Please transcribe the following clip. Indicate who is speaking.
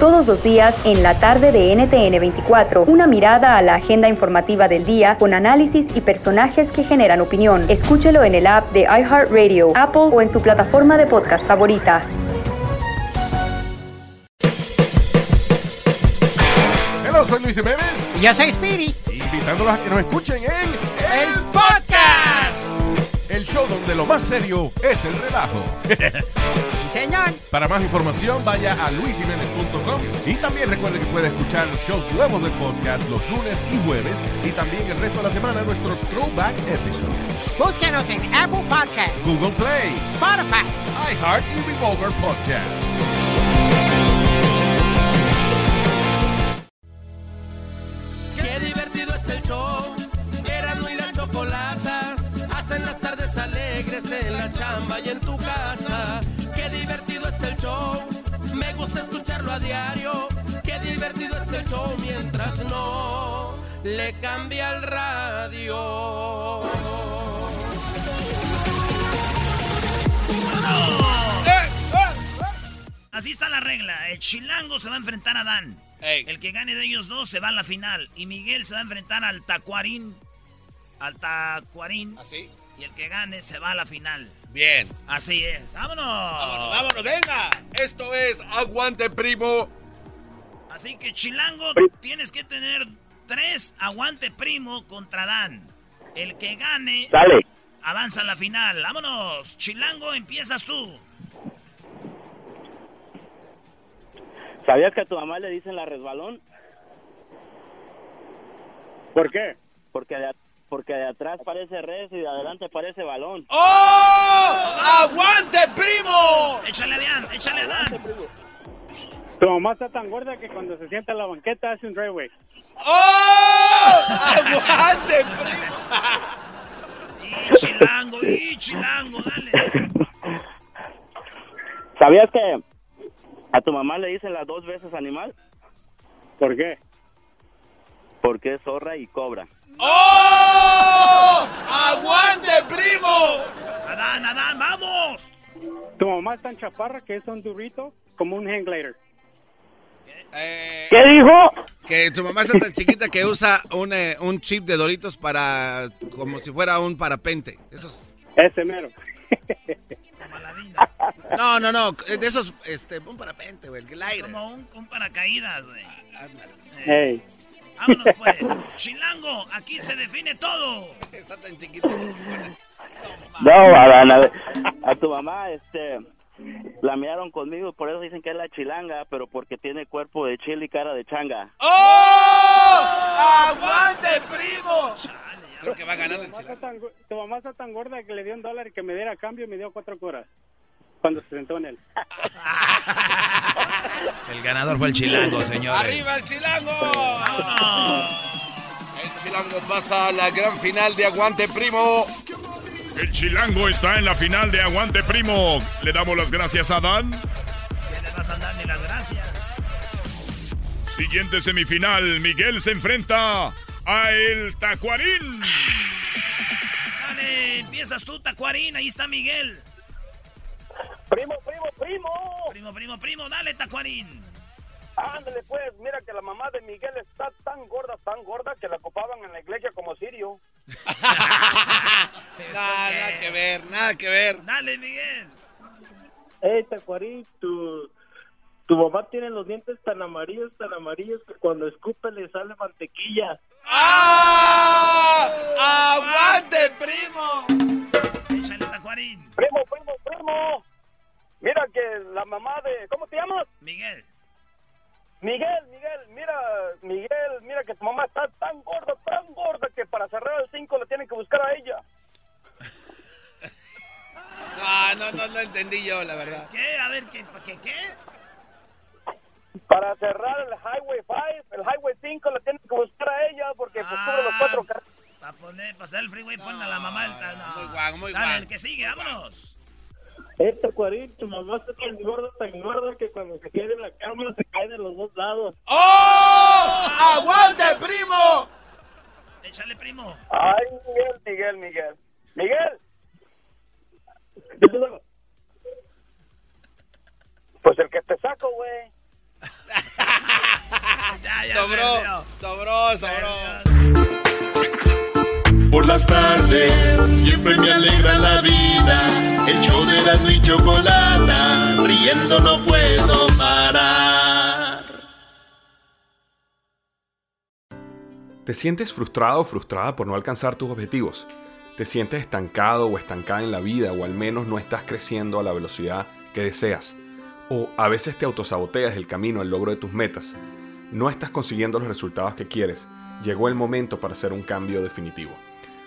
Speaker 1: Todos los días en la tarde de NTN 24, una mirada a la agenda informativa del día con análisis y personajes que generan opinión. Escúchelo en el app de iHeartRadio, Apple o en su plataforma de podcast favorita.
Speaker 2: Hello, soy Luis Jiménez,
Speaker 3: Y Yo soy Spirit.
Speaker 2: invitándolos a que nos escuchen en
Speaker 3: ¡El podcast!
Speaker 2: el show donde lo más serio es el relajo.
Speaker 3: Sí, señor.
Speaker 2: Para más información, vaya a luisiménez.com y también recuerde que puede escuchar shows nuevos del podcast los lunes y jueves y también el resto de la semana nuestros throwback episodes.
Speaker 3: Búsquenos en Apple Podcasts,
Speaker 2: Google Play,
Speaker 3: Spotify.
Speaker 2: iHeart y Revolver Podcast.
Speaker 4: Qué divertido está el show. Erasmo y la chocolata hacen las tardes alegres en la chamba y en tu casa. Qué divertido está el show. Me gusta escucharlo a diario. Qué divertido está el show mientras no le cambia el radio.
Speaker 5: Así está la regla. El chilango se va a enfrentar a Dan. El que gane de ellos dos se va a la final. Y Miguel se va a enfrentar al Tacuarín. Al Tacuarín.
Speaker 6: Así.
Speaker 5: Y el que gane se va a la final.
Speaker 6: ¿Ah, Bien.
Speaker 5: Así es. ¡Vámonos!
Speaker 6: Vámonos, vámonos, venga. Ah, Esto es Aguante Primo.
Speaker 5: Así que chilango, tienes que tener tres aguante primo contra Dan. El que gane
Speaker 7: Dale,
Speaker 5: avanza a la final. ¡Vámonos! Chilango, empiezas tú.
Speaker 7: ¿sabías que a tu mamá le dicen la resbalón? ¿Por qué? Porque de, a- porque de atrás parece res y de adelante parece balón.
Speaker 6: ¡Oh! ¡Aguante Primo!
Speaker 5: Échale a Dan, échale a Dan.
Speaker 7: Tu mamá está tan gorda que cuando se sienta en la banqueta hace un driveway.
Speaker 6: ¡Oh! ¡Aguante Primo!
Speaker 5: Y chilango, y chilango, dale.
Speaker 7: ¿Sabías que a tu mamá le dicen las dos veces animal? ¿Por qué? Porque es zorra y cobra.
Speaker 6: ¡Oh! ¡Aguante Primo!
Speaker 5: Adán, Adán, vamos.
Speaker 7: Tu mamá es tan chaparra que es un durito como un hang glider.
Speaker 6: Eh,
Speaker 7: ¿Qué dijo?
Speaker 8: Que tu mamá está tan chiquita que usa un, eh, un chip de Doritos para como si fuera un parapente. Esos,
Speaker 7: Ese mero.
Speaker 5: Maladina.
Speaker 8: no, no, no, de esos, este, un parapente, güey, el glider.
Speaker 5: Como un, un paracaídas, güey.
Speaker 8: Ándale,
Speaker 5: Eh,
Speaker 7: Hey.
Speaker 5: vámonos pues. Chilango, aquí se define todo.
Speaker 8: Está tan chiquita. que se pone.
Speaker 7: No, Adán, a, a tu mamá, este, la miraron conmigo, por eso dicen que es la chilanga, pero porque tiene cuerpo de chile y cara de changa.
Speaker 6: ¡Oh! ¡Aguante Primo!
Speaker 8: Creo que va a ganar el chilango.
Speaker 7: tu mamá está tan gorda que le dio un dólar que me diera cambio y me dio cuatro coras cuando se sentó en él.
Speaker 9: El ganador fue el chilango, señores.
Speaker 6: ¡Arriba el chilango! El chilango pasa a la gran final de Aguante Primo.
Speaker 10: El Chilango está en la final de Aguante Primo. Le damos las gracias a Dan.
Speaker 5: Ya le vas a dar ni las gracias.
Speaker 10: Siguiente semifinal, Miguel se enfrenta a el Tacuarín.
Speaker 5: Dale, empiezas tú, Tacuarín. Ahí está Miguel.
Speaker 7: Primo, primo, primo.
Speaker 5: Primo, primo, primo, dale, Tacuarín.
Speaker 7: Ándale, pues, mira que la mamá de Miguel está tan gorda, tan gorda que la copaban en la iglesia como sirio.
Speaker 8: Nada, nada que ver, nada que ver.
Speaker 5: Dale, Miguel.
Speaker 7: Ey, Tacuarín, tu, tu mamá tiene los dientes tan amarillos, tan amarillos que cuando escupe le sale mantequilla.
Speaker 6: ¡Ah! ¡Aguante, primo!
Speaker 5: Échale, Tacuarín.
Speaker 7: Primo, primo, primo. Mira que la mamá de... ¿Cómo te llamas?
Speaker 5: Miguel.
Speaker 7: Miguel, Miguel, mira, Miguel, mira que tu mamá está tan gorda, tan gorda que para cerrar el 5 la tienen que buscar a ella.
Speaker 8: Ah, No, no, no, no entendí yo, la verdad.
Speaker 5: ¿Qué? A ver, ¿qué? ¿Qué? qué?
Speaker 7: Para cerrar el Highway 5, el Highway 5 la tienen que buscar a ella porque
Speaker 5: Ah.
Speaker 7: pues, cubre los cuatro carros.
Speaker 5: Para poner, pasar el freeway, pon a la mamá. el ta- no.
Speaker 8: muy guango, muy
Speaker 5: Dale,
Speaker 8: guango.
Speaker 5: el que sigue, vámonos.
Speaker 7: Este cuarín, tu mamá está tan gorda, tan gorda que cuando se quede en la cama se cae de los dos lados.
Speaker 6: ¡Oh! ¡Aguante, primo!
Speaker 5: Échale, primo.
Speaker 7: Ay, Miguel, Miguel, Miguel. Miguel.
Speaker 11: Pues el que te saco, güey.
Speaker 6: Sobró, sobró, sobró.
Speaker 12: Por las tardes siempre me alegra la vida. El show de la y chocolata, riendo no puedo parar.
Speaker 13: ¿Te sientes frustrado o frustrada por no alcanzar tus objetivos? ¿Te sientes estancado o estancada en la vida o al menos no estás creciendo a la velocidad que deseas? ¿O a veces te autosaboteas el camino al logro de tus metas? ¿No estás consiguiendo los resultados que quieres? Llegó el momento para hacer un cambio definitivo.